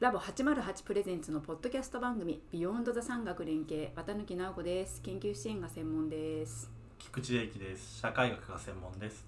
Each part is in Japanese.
ラボ808プレゼンツのポッドキャスト番組ビヨンドザ産学連携綿貫直子です研究支援が専門です菊池英樹です社会学が専門です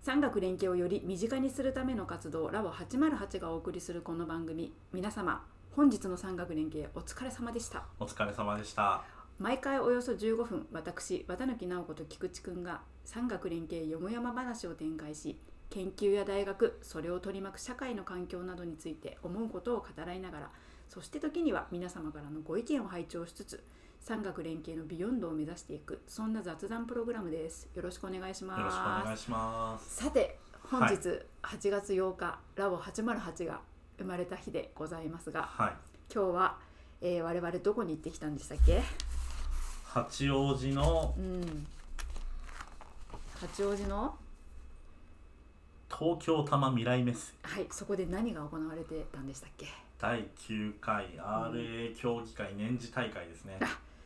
産学連携をより身近にするための活動ラボ808がお送りするこの番組皆様本日の産学連携お疲れ様でしたお疲れ様でした毎回およそ15分私綿貫直子と菊池くんが産学連携よもやま話を展開し研究や大学それを取り巻く社会の環境などについて思うことを語らいながらそして時には皆様からのご意見を拝聴しつつ産学連携のビヨンドを目指していくそんな雑談プログラムですよろしくお願いしよろしくお願まいしますすさて本日8月8日、ラボ808が生まれた日でございますがはい今日は、えー我々どこに行ってきたんでしたっけ八王子のうん八王子の東京多摩未来メッセはいそこで何が行われてたんでしたっけ第9回 RA 協議会年次大会ですね、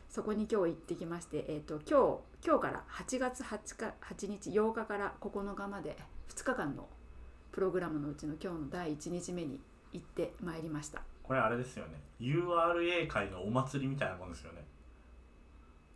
そこに今日行ってきまして、えー、と今日今日から8月 8, か8日8日から9日まで2日間のプログラムのうちの今日の第1日目に行ってまいりましたこれあれですよね URA 会のお祭りみたいなもんですよね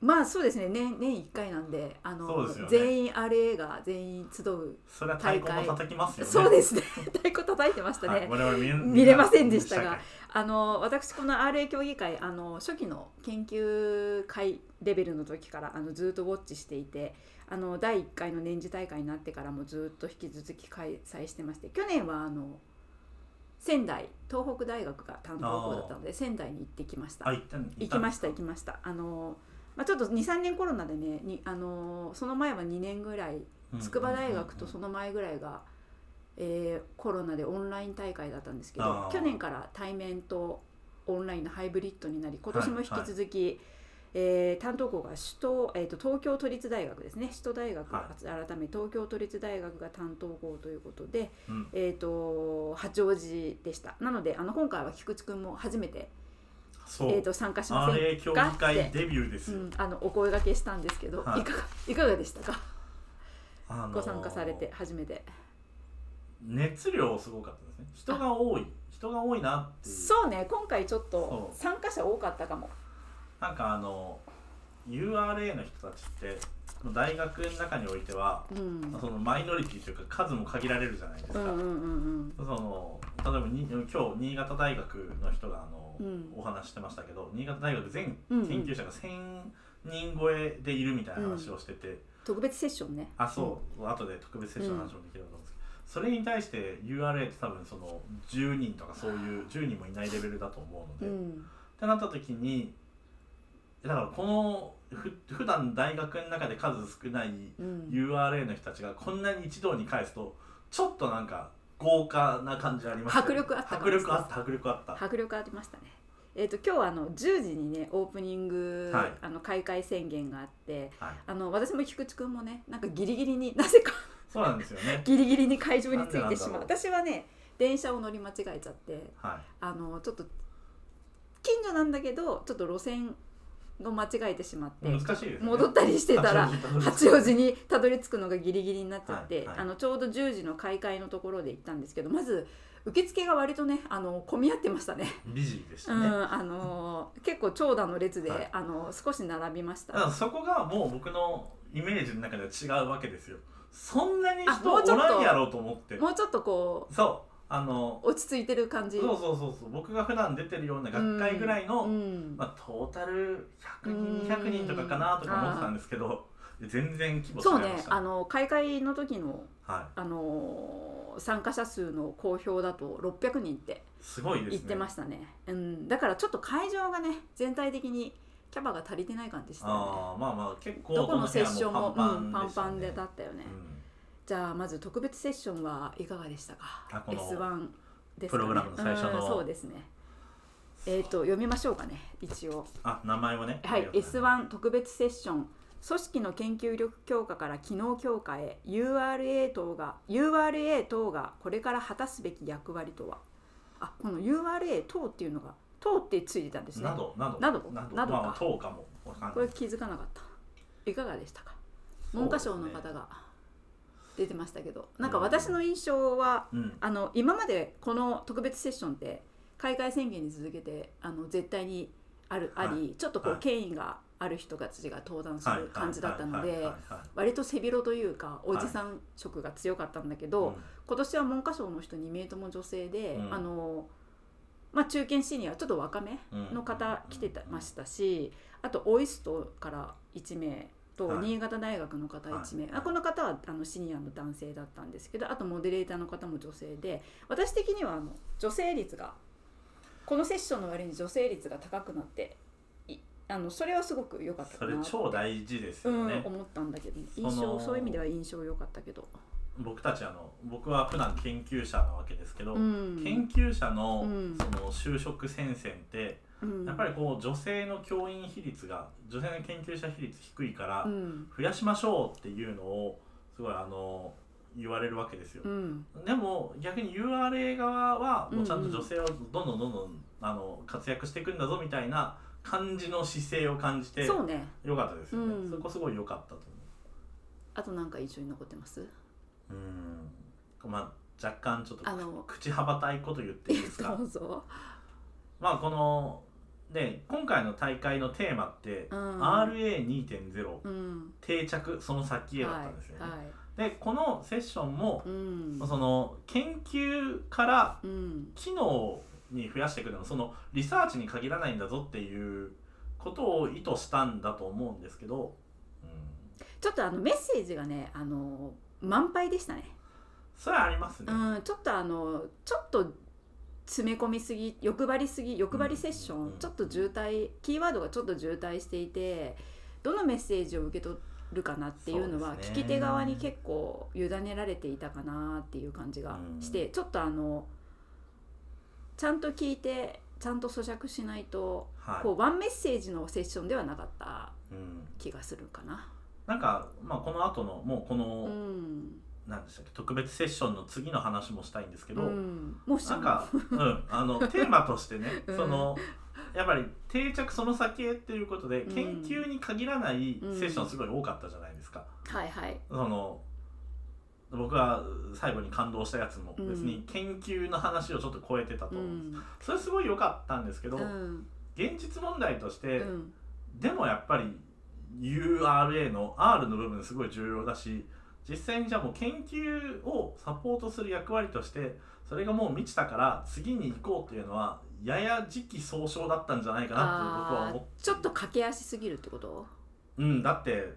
まあそうですね年年1回なんであのそうですよね全員 RA が全員集う、それは太鼓も大会叩きますよねそうですすね 太鼓叩いてましたね、はい、我々みん見れませんでしたが見あの私この RA 協議会あの初期の研究会レベルの時からあのずっとウォッチしていてあの第1回の年次大会になってからもずっと引き続き開催してまして去年はあの仙台東北大学が担当校だったので仙台に行ってきました。あ行ったん行きましした行きましたあの、まあ、ちょっと23年コロナでねにあのその前は2年ぐらいた筑波大学とそのの前ぐらいが、えーコロナでオンライン大会だったんですけどあー去年から対面とオンラインのハイブリッドになり今年もは引いき続き、えー担当校が首都、えー、と東京都立大学ですね首都大学、は改め東京都立大学が担当校ということで、うんえー、と八王子でしたなのであの今回は菊池くんも初めて、そう、えー、と参加しません RA 協議会デビューですうよ、ん、あのお声掛けしたんですけど、はいい、かがいかがでしたかあのーご参加されて初めて。熱量すごかったですね人が多い人が多いなっていうそうね今回ちょっとそう参加者多かったかもなんかあの URA の人たちって大学の中においてはうんうんそのマイノリティというか数も限られるじゃないですうか、んうんうんその例えばに今日新潟大学の人があの、うんお話してましたけど新潟大学全うんうん研究者が1000人超えでいるみたいな話をしてて、特別セッションねあそう、後で特別セッションの話もできると思うんですけど、それに対して URA って多分その10人とかそういう10人もいないレベルだと思うのうで、んってなった時にだからこのふ普段大学の中で数少ないうん URA の人たちがこんなに一堂に返すとちょっとなんか豪華な感じあります迫力あった迫力あった迫力あった迫力ありましたねえっ、と今日はあの10時にねオープニング、はいあの開会宣言があってはい、あの私も菊池くんもねなんかギリギリに なぜかそうなんですよねギリギリに会場に着いてしまうなんでなんだ私はね電車を乗り間違えちゃってはあのちょっと近所なんだけどちょっと路線を間違えてしまっいて難しいですね戻ったたりしてたら八王子にたどり着くのがギリギリになっちゃって、はいはいあのちょうど10時の開会のところで行ったんですけどまず受付が割とねあの混み合ってましたね。ビジーでしうたね、だん、あの結構長蛇の列で、はいあの少し並びましかた。らそこがもう僕のイメージの中では違うわけですよそんなにあも人うちょっとおらんやろうと思ってもうちょっとこそうあのう落ち着いてる感じ。そうそうそうそう僕が普段出てるような学会ぐらいの、うんまあ、トータルう100ん人200人とかかなとか思ってたんですけど全然規模そう違いまねし、たあの開会の時のはあの参加者数の公表だと600人ってい、すごいですね言ってましたね。うん、だからちょっと会場がね全体的にキャパが足りてない感じでしたね。ああまあまあ結構どこのセッションもこのうん辺パはンうパパンンででしたねだったよね、うんじゃあまず特別セッションはいかがでしたかあこの S1 ですか、ね、プログラムの最初のうんそうですねえっ、と読みましょうかね一応あ名前をねはいありがとうございま S1 特別セッション組織の研究力強化から機能強化へ URA 等が URA 等がこれから果たすべき役割とはあこの URA 等っていうのが等ってついてたんですすねなどなどなどなどかまあ等かもわかんこなれい気づかなかったいかがでしたかそうですね文科省の方が出てましたけど、なんか私の印象は、うんあの今までこの特別セッションって開会宣言に続けてあの絶対にある、あはりちょっとこう、はい権威がある人たちが登壇すはいる感じだったのはいはいではいはい割と背広というかおじさん色が強かったんだけど、今年は文科省の人2名とも女性で、うんあのまあ、中堅シニアちょっと若めの方うん来てたましたしあとオイストから1名とはい新潟大学の方1名、はいあこの方はあのシニアの男性だったんですけどあとモデレーターの方も女性で私的にはあの女性率がこのセッションの割に女性率が高くなっていあのそれはすごく良かったそかれなって超大事ですうよんね、思ったんだけど印その象そういう意味では印象良かったけど。僕たちあの僕は普段研究者なわけですけど、うん研究者の,、うんその就職戦線ってうんやっぱりこう女性の教員比率が女性の研究者比率低いからうん増やしましょうっていうのをすごいあの言われるわけですよう、んでも逆に URA 側はもうちゃんとうんうん女性をどんどんどんどんあの活躍していくんだぞみたいな感じの姿勢を感じてそうねよかったですよね、うんそこすごい良かったと思うあとなんか印象に残ってますうんまあ若干ちょっとあの口口羽ばたいこと言っていいです かどうぞ、まあこのね今回の大会のテーマって、うん RA2.0 うん、定着その先へだったんですよね、はいはいでこのセッションもう、んその研究からうん機能に増やしていくのもそのリサーチに限らないんだぞっていうことを意図したんだと思うんですけど、うん、ちょっとあのメッセージがねあの満杯でしたね、それはありますね、うん、ちょっとあのちょっと詰め込みすぎ欲張りすぎ欲張りセッション、うんちょっと渋滞キーワードがちょっと渋滞していてどのメッセージを受け取るかなっていうのはそうです聞ねき手側に結構委ねられていたかなっていう感じがして、ちょっとあのちゃんと聞いてちゃんと咀嚼しないとはいこうワンメッセージのセッションではなかったうん、気がするかな。なんか、まあ、この後のもうこの、うん。なんでしたっけ特別セッションの次の話もしたいんですけど、うん、もうしちゃなうんのか、うん、あのテーマとしてね、うんそのやっぱり定着その先へっていうことで、うん研究に限らないセうんッションすごい多かったじゃないですか。はいはい。その僕が最後に感動したやつも別に研究の話をちょっと超えてたとう思うんです、ん。それすごい良かったんですけど、うん。現実問題として、うん。でもやっぱり URA の R の部分すごい重要だし実際にじゃあもう研究をサポートする役割としてそれがもう満ちたから次に行こうっていうのはやや時期尚早だったんじゃないかなって僕はあ思ーってちょっと駆け足すぎるってこと。うんだって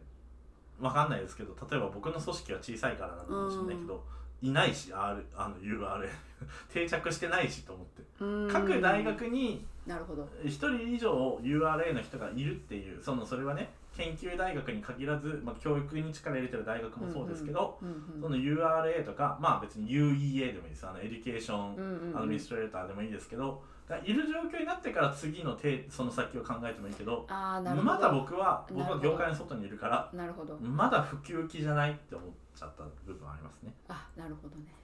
わかんないですけど例えば僕の組織は小さいからなのかもしれないけど、いないし R あの URA 定着してないしと思ってうん各大。学になるほど。 1人以上 URA の人がいるっていうそのそれはね研究大学に限らず、まあ、教育に力入れてる大学もそうですけど、うんうん。その URA とかまあ別に UEA でもいいですあのエデュケーションうんうんアうドミニんス。トレーターでもいいですけど、がいる状況になってから次の手その先を考えてもいいけどああ、なるほど。まだ。僕は僕なるはほど業界の外にいるからなるほど。まだ普及期じゃないって思っちゃった部分はありますね。あ、なるほどね。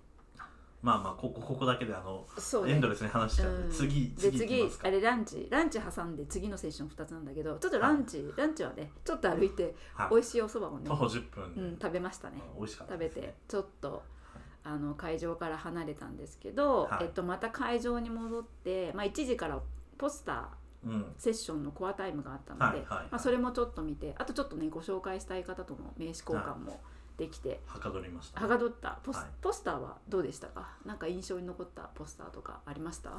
まあまあここここだけであのそうエねンド。レスに話しちゃうんうんで次で次行き次ますかあ。れランチランチ挟んで次のセッション2つなんだけどちょっとランチ、ランチはねちょっと歩いてはい美味しいお蕎麦をね徒、歩10分で、うん、食べましたねあ美味しかった食べですねてちょっとあの会場から離れたんですけど、はいえっと、また会場に戻って、まあ、1時からポスターうんセッションのコアタイムがあったので、はいはいまあ、それもちょっと見てあとちょっとねご紹介したい方との名刺交換もできて、はかどりましたはがどったポス,、はいポスターはどうでしたかなんか印象に残ったポスターとかありました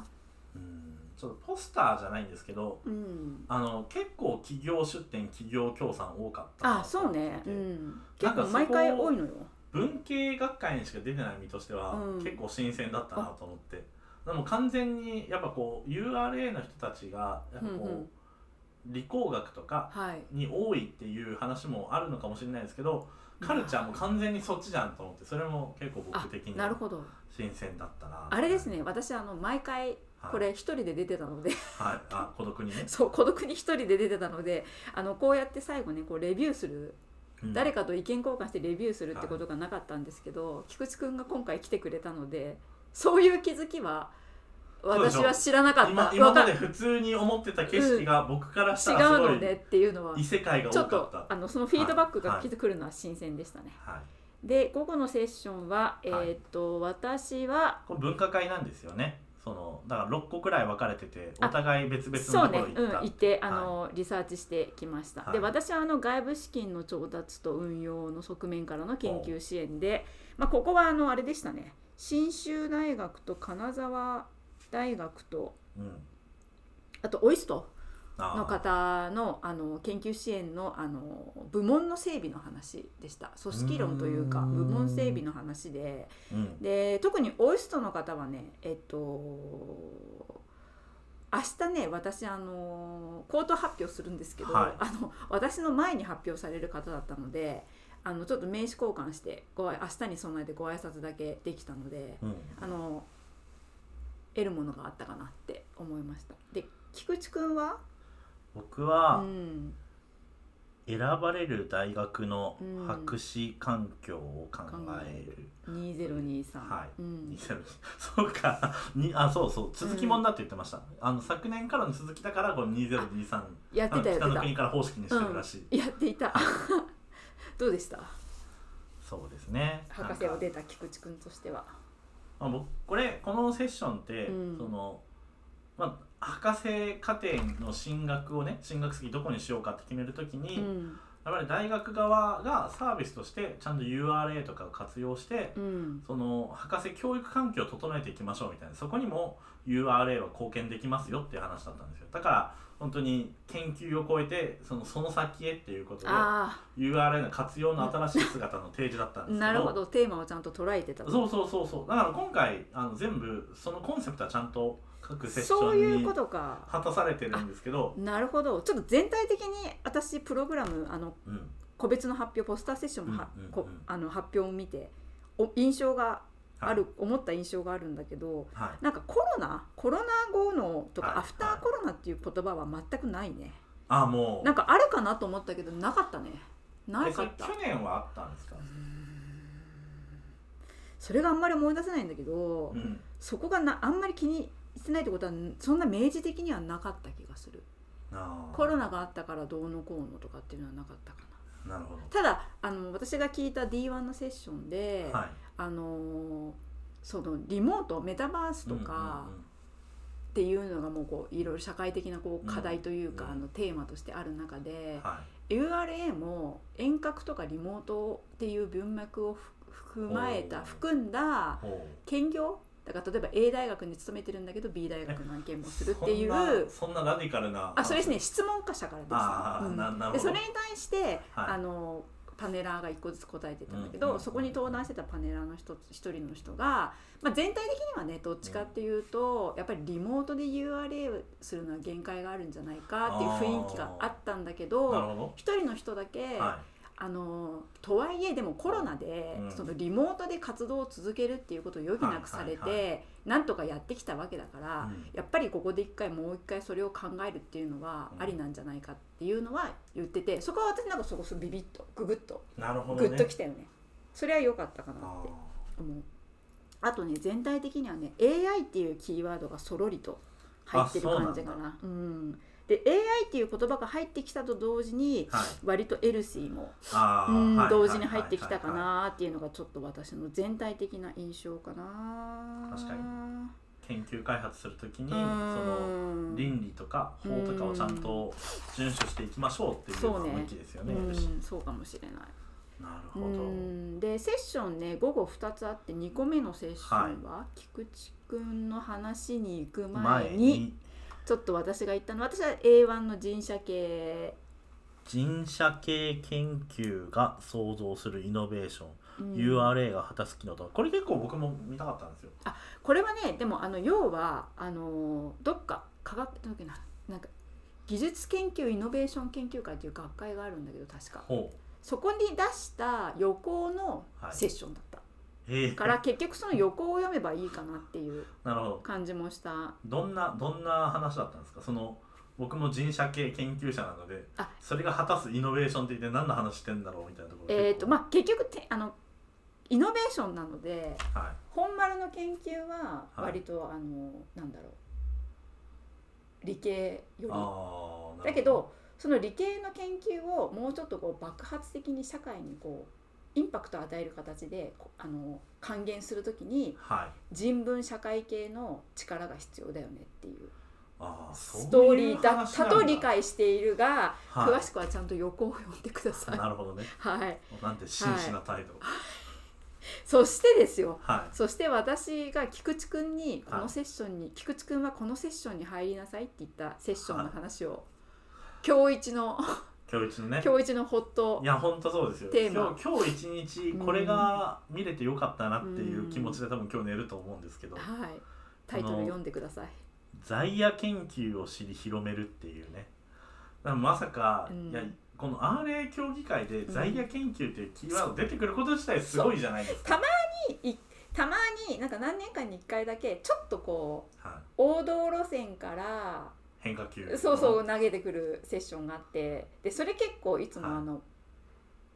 うんちょっとポスターじゃないんですけどうんあの結構企業出展企業協賛多かったなあそうね、うと思ってん、なん結か構そこ毎回多いのよ文系学会にしか出てない身としては、うん結構新鮮だったなと思ってでも完全にやっぱこう URA の人たたちがやっぱこう、うんうん理工学とかはいに多いっていう話もあるのかもしれないですけどカルチャーも完全にそっちじゃんと思ってそれも結構僕あ的になるほど新鮮だったなあれです、ね私あの毎回はいこれ一人で出てたのではいあ孤独にね、そう孤独に一人で出てたのであのこうやって最後ねこうレビューするうん誰かと意見交換してレビューするってことがなかったんですけど、菊池くんが今回来てくれたのでそういう気づきはそうでし私ょは知らなかった今今まわでか普通に思ってた景色が僕からしたらす違うごいのでっていうのは異世界がちょ多っかとった。あのそのフィードバックはがい来てくるのは新鮮でしたね。はい、で午後のセッションは、はいえーっと私はこれ分科会なんですよね。そのだから6個くらい分かれててあお互い別そ々うのねところに行った、うん、行ってあの、リサーチしてきました、はいで私はあの外部資金の調達と運用の側面からの研究支援で、まあ、ここはあのあれでしたね信州大学と金沢大学とうんあとオイストあーの方のあの研究支援のあの部門の整備の話でした組織論というかうーん部門整備の話でうんで特にオイストの方はねえっと明日ね私あの口頭発表するんですけど、はいあの私の前に発表される方だったのであのちょっと名刺交換してごあ明日に備えてご挨拶だけできたのでうんあの得るものがあったかなって思いました。で菊池君は僕うはん、選ばれる大学の博士環境を考える、 2023、はいうん、 そうかにあそうそう続きもんだって言ってました、あの昨年からの続きだからこの2023やってたやって北のた国から方式にしてるらしい、やっていた どうでしたそうですね博士をなんか出た菊池君としてはまあ、僕これこのセッションって、うんそのまあ博士課程の進学をね進学先どこにしようかって決めるときに、うんやっぱり大学側がサービスとしてちゃんと URA とかを活用して、うんその博士教育環境を整えていきましょうみたいなそこにも URA は貢献できますよっていう話だったんですよだから本当に研究を超えてそのその先へっていうことであ URA の活用の新しい姿の提示だったんあですけどなるほどテーマをちゃんと捉えてたとそうそうそうそうだから今回あの全部そのコンセプトはちゃんと各セッシそうョいンうにことか果たされてるんですけど、なるほどちょっと全体的に私プログラムあのうん、個別の発表ポスターセッションもは、うんうんうんこあの発表を見てお印象がある、思った印象があるんだけどはい、はい、なんかコロナコロナ後のとか、はいアフターコロナっていう言葉は全くないねあもうなんかあるかなと思ったけどなかったねなえかそれった去年はあったんですか、それがあんまり思い出せないんだけど、うん、そこがなあんまり気にしてないってことはそんな明示的にはなかった気がするあーコロナがあったからどうのこうのとかっていうのはなかったかななるほただあの私が聞いた D1 のセッションで、どはいあのーそのリモートメタバースとかうんうんうんっていうのがもうこういろいろ社会的なこう課題というか、うんあのテーマとしてある中で、は URA も遠隔とかリモートっていう文脈をふ踏まえたおー含んだい、ほ兼業だから例えば A 大学に勤めてるんだけど B 大学の案件うもするっていうあそんなそんなラディカルなそれですね質問者からでしたあ、ーななるほどでそれに対して、はいあのパネラーが一個ずつ答えてたんだけど、うんうんうんそこに登壇してたパネラーの一つ一人の人が、まあ、全体的にはねどっちかっていうと、やっぱりリモートで URA するのは限界があるんじゃないかっていう雰囲気があったんだけなるどほ一人の人だけ、ど、はあのとはいえでもコロナで、うんそのリモートで活動を続けるっていうことを余儀なくされて、はいはいなんとかやってきたわけだから、いやっぱりここで一回もう一回それを考えるっていうのはうんありなんじゃないかっていうのは言っててそこは私なんかそこそこビビッとググッとうん、なるほどグねッときたよねそれは良かったかなあって思うあとね全体的にはね AI っていうキーワードがそろりと入ってるあそうなんだ感じかなうんで AI っていう言葉が入ってきたと同時にーはい割とエルシーもあうーんはい同時に入ってきたかはいはいはいなっていうのがちょっと私の全体的な印象かな確かに研究開発するときにうそのん倫理とか法とかをちゃんと遵守していきましょうっていうそうね雰囲気ですよね。うよしんそうかもしれないなるうほど。んでセッションね午後2つあって2個目のセッションは、菊池くんの話に行く前に前にちょっと私が言ったの私は A1 の人社系、人社系研究が創造するイノベーション、うん URA が果たす機能とはこれ結構僕も見たかったんですよ。これはねでもあの要はあのどっか科学なんだっけななんか技術研究イノベーション研究会という学会があるんだけど確 かほう。そこに出した予行のセッションだった、えー、から結局その予行を読めばいいかなっていうなるほど。感じもしたどんなどんな話だったんですか。その僕も人社系研究者なのであ、それが果たすイノベーションって言って何の話してんだろうみたいなところ。えーとまあ、結局てあのイノベーションなのであ、はい。本丸の研究ははい割と、あのなんだろう理系よああ。りだけどその理系の研究をもうちょっとこう爆発的に社会にこうインパクトを与える形でこあの還元するときにはい人文社会系の力が必要だよねっていうああそういうストーリーだっ話なたんだと理解しているがはい詳しくはちゃんと横を読んでください。なるほどねはい、なんて真摯な態度そしてですよはいそして私が菊池くんにこはのいセッションに、菊池くんはこのセッションに入りなさいって言ったセッションの話を、今日一の今日一のね今日一のホットいや本当そうですよテーマ今日今日一日これが見れてよかったなっていう気持ちで多分今日寝ると思うんですけどはいタイトル読んでください。在野研究を知り広めるっていうねだからまさか、うんいやこの RA 協議会で在野研究っていうキーワード出てくること自体すごいじゃないですか、いたまになんか何年かに1回だけちょっとこうはい、王道路線から変化球そうそうう投げてくるセッションがあってでそれ結構いつもはいあの、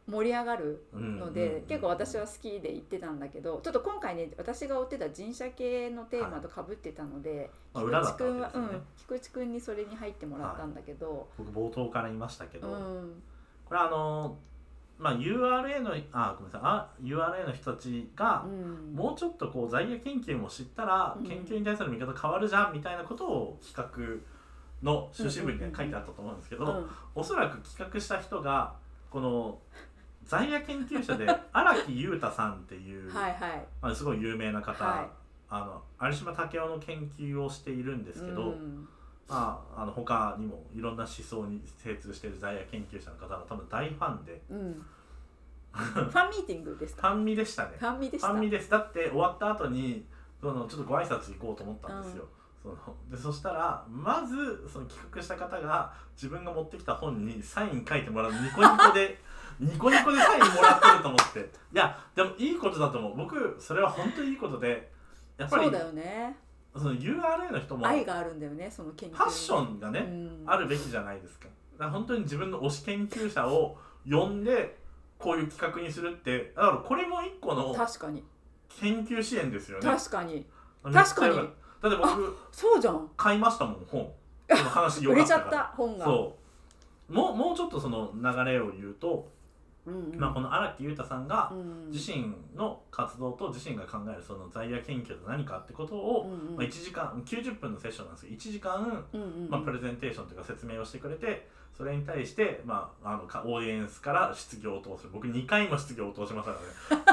盛り上がるので、うんうんうん結構私は好きで行ってたんだけどちょっと今回ね私が追ってた人社系のテーマとかぶってたので、まあ菊裏だ池った君わは、けですよねうん、菊池君にそれに入ってもらったんだけど、僕冒頭から言いましたけど、うんこれあのまあ URA のあごめんなさいあ URA の人たちが、うん、もうちょっとこう在野研究も知ったらうん研究に対する見方変わるじゃんみたいなことを企画の主審部にね書いてあったと思うんですけど、うんおそらく企画した人がこの在野研究者で荒木裕太さんっていう、 はいはいまあ、すごい有名な方、はいあの有島武雄の研究をしているんですけうど、んまあ、あの他にもいろんな思想に精通している在野研究者の方の多分大ファンでうんファンミーティングですか半身でしたね。ファンミでした半身ですだって終わった後にそのちょっとご挨拶行こうと思ったんですよ、そのでそしたらまずその企画した方が自分が持ってきた本にサイン書いてもらうニコニ コでニコニコでサインもらってると思っていやでもいいことだと思う僕それは本当にいいことでやっぱりそうそだよねの URA の人もフ愛ァがあるんだよねその研究にッションがね、うんあるべきじゃないですかだから本当に自分の推し研究者を呼んでこういう企画にするってだからこれも一個の確かに研究支援ですよね確かにめっちゃ確かによっただって僕そうじゃん買いましたもん本この話よ売かれっちゃたっかたら本がそうもうもうちょっとその流れを言うと、うんうんまあ、この荒木裕太さんがうん自身の活動と自身が考えるその在野研究と何かってことを、うんうんまあ、1時間90分のセッションなんですけど1時間、うんうんうんまあ、プレゼンテーションというか説明をしてくれてそれに対して、まあ、あのかオーディエンスから質疑応答する僕2回も質疑応答しましたか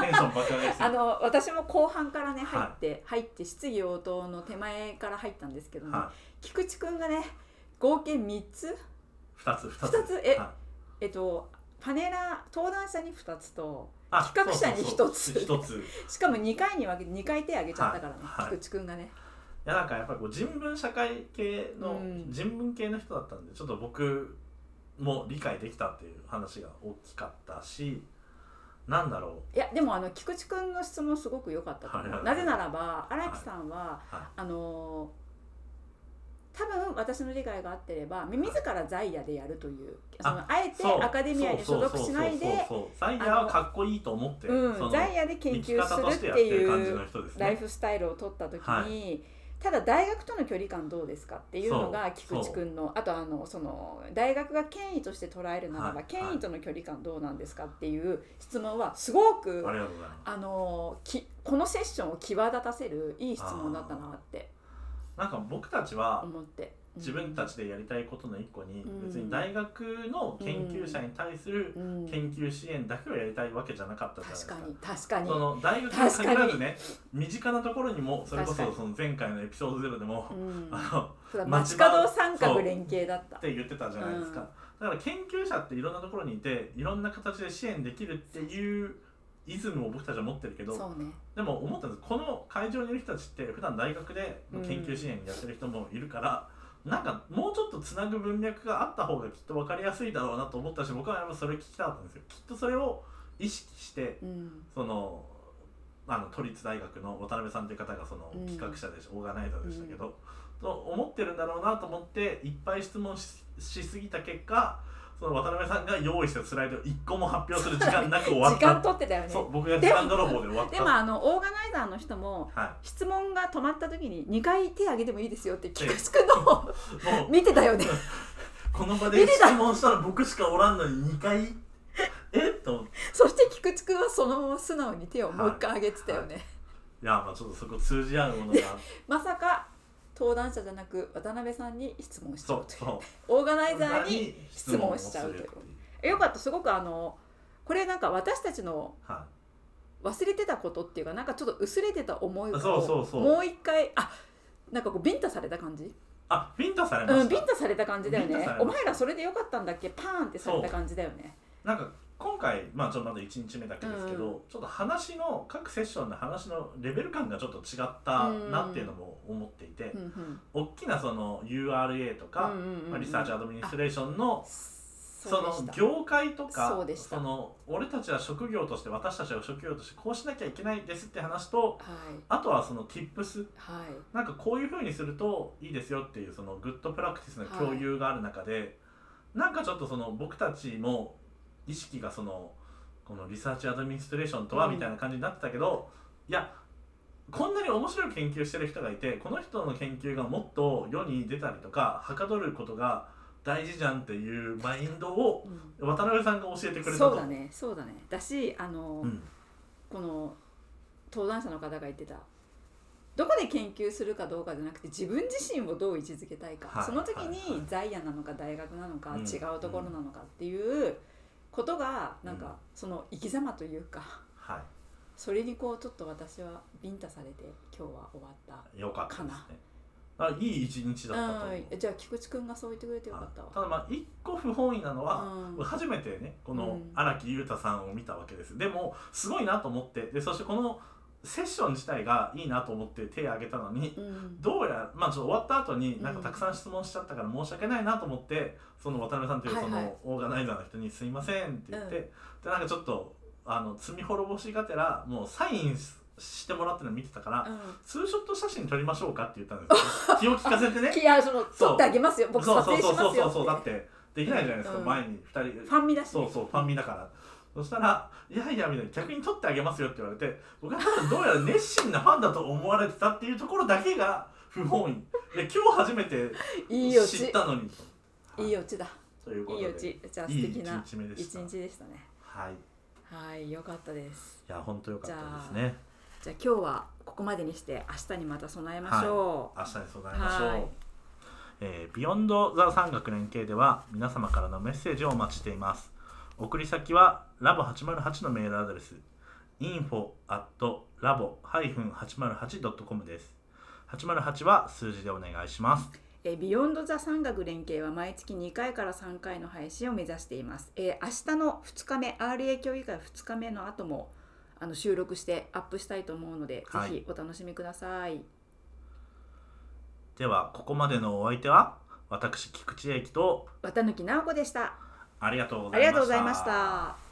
らねテンション爆上がりしてあの私も後半からね入はいって、入って質疑応答の手前から入ったんですけどね、は菊池くんがね合計3つい、2つ2つ二つえはいえっとパネラー登壇者に2つとあ企画者にそうそう一つそう一つしかも2回に分けて2回手挙げちゃったからね、はいはい菊池くんがねいやなんかやっぱりこう人文社会系の、うん人文系の人だったんでちょっと僕も理解できたっていう話が大きかったしなんだろいやでもあの菊池くんの質問すごく良かったと思う、はいはいなぜならば荒木さんは、う、はあのー多分私の理解が合ってれば自ら在野でやるというそのあえい、てアカデミアに所属しないそうでそうそうそうザイヤーはかっこいいと思って、うそんの在野で研生き方究とすしるってやっててる感じいのう人ですライね。フスタイルを取った時に、はただ大学との距離感どうですかっていうのが菊そう池君のあとあのその大学が権威として捉えるならば、はい権威との距離感どうなんですかっていう質問はすごく、ありがとうございます。あのーきこのセッションを際立たせるいい質問だったなってなんか僕たちは思って。自分たちでやりたいことの一個に、うん別に大学の研究者に対するうん研究支援だけをやりたいわけじゃなかったじゃないです確かに確かにその大学に限らずね身近なところにもそれこそ確かにその前回のエピソードゼロでも、うん あのそうだ町街場角三角連携だったって言ってたじゃないですか、だから研究者っていろんなところにいていろんな形で支援できるっていうイズムを僕たちは持ってるけどそうねでも思ったんですこの会場にいる人たちって普段大学でうん研究支援やってる人もいるから、なんかもうちょっとつなぐ文脈があった方がきっと分かりやすいだろうなと思ったし僕はやっぱそれ聞きたかったんですよ。きっとそれを意識してうんそのあの都立大学の渡辺さんという方がそのうん企画者でし、オーガナイザーでしたけど、と思ってるんだろうなと思っていっぱい質問ししすぎた結果その渡辺さんが用意したスライドを1個も発表する時間なく終わっ時間た取ってたよねそう僕が時間泥棒で終わったでもあのオーガナイザーの人もは質問が止まった時に2回手挙げてもいいですよって菊池君の方をい、もう見てたよねこの場見でてた 質問したら僕しかおらんのに2回えっと思ってそして菊池君はそのまま素直に手をもう一回上げてたよね、いやまあちょっとそこ通じ合うものがまさか登壇者じゃなく渡辺さんに質問しちゃそううというそオーガうナイザーに質問をすしるちゃうというってよかったすごくあのこれなんか私たちのは忘れてたことっていうかなんかちょっと薄れてた思いをそうそうそうもう一回あなんかこうビンタされた感じいあビンタされまうんしビた、ンタされた感じだよビンねタされまおした前らそれでよかったんだっけパーンってされた感じだよねなんか今回まあちょっとまだ1日目だけですけど、うちょっと話の各セッションの話のレベル感がちょっと違ったなっていうのも思っていて、うんうん大きなその URA とうか、んうんうんうんまあ、リサーチアドミニストレーションのそその業界とそかうでしたの俺たちは職業として私たちは職業としてこうしなきゃいけないですって話とはいあとはその Tips はいなんかこういう風にするといいですよっていうそのグッドプラクティスの共有がある中で、なんかちょっとその僕たちも意識がそのこのリサーチアドミニストレーションとはうんみたいな感じになってたけど、いやこんなに面白い研究してる人がいてこの人の研究がもっと世に出たりとかはかどることが大事じゃんっていうマインドをうん渡辺さんが教えてくれたとそうだねそうだねだしあの、うんこの登壇者の方が言ってたどこで研究するかどうかじゃなくて自分自身をどう位置づけたいか、はいその時はいはにい在野なのか大学なのか、うん違うところなのかっていうことがなんか、うんその生き様というかはそれにこうちょっと私はビンタされて今日は終わった。いよかったですねあいい一日だったと思ううん、じゃあ菊池君がそう言ってくれてよかったわ。ただまあ一個不本意なのは、うん初めてねこうのん荒木裕太さんを見たわけですでもすごいなと思ってでそしてこのセッション自体がいいなと思って手を挙げたのにうんどうやら、まあ、ちょっと終わった後になんうかんたくさん質問しちゃったから申し訳ないなと思ってその渡辺さんというはいそはいのオーガナイザーの人に「すいません」って言って、うでなんかちょっとあの罪滅ぼしがてらもうサインししてもらってるの見てたかうら、んツーショット写真撮りましょうかって言ったんですよ 気を利かせてねいやその撮ってあげますよ僕そう撮そ影しうそうそまうすそようそうだっっててできないじゃないですか、うん前に2人ファン見出しそうそうファンミだからそしたら「いやいや」みたいな逆に取ってあげますよって言われて僕は多分どうやら熱心なファンだと思われてたっていうところだけが不本意で今日初めていいオ知っチたのにいいオチだということいでいオチじゃあ素いい敵一な日目でし一た日でしたねはいいはい良かったですや本当良かったですねじゃあ今日はここまでにして明日にまた備えましょう、明日に備えましょう、はいえービヨンド・ザ・産学連携では皆様からのメッセージをお待ちしています送り先はラボ808のメールアドレス info.labo-808.com です808は数字でお願いしますえービヨンドザ産学連携は毎月2回から3回の配信を目指しています、えー明日の2日目 RA 協議会2日目の後もあの収録してアップしたいと思うので、はいぜひお楽しみくださいではここまでのお相手は私菊池英樹と綿貫直子でしたありがとうごあざいりましがとたうございました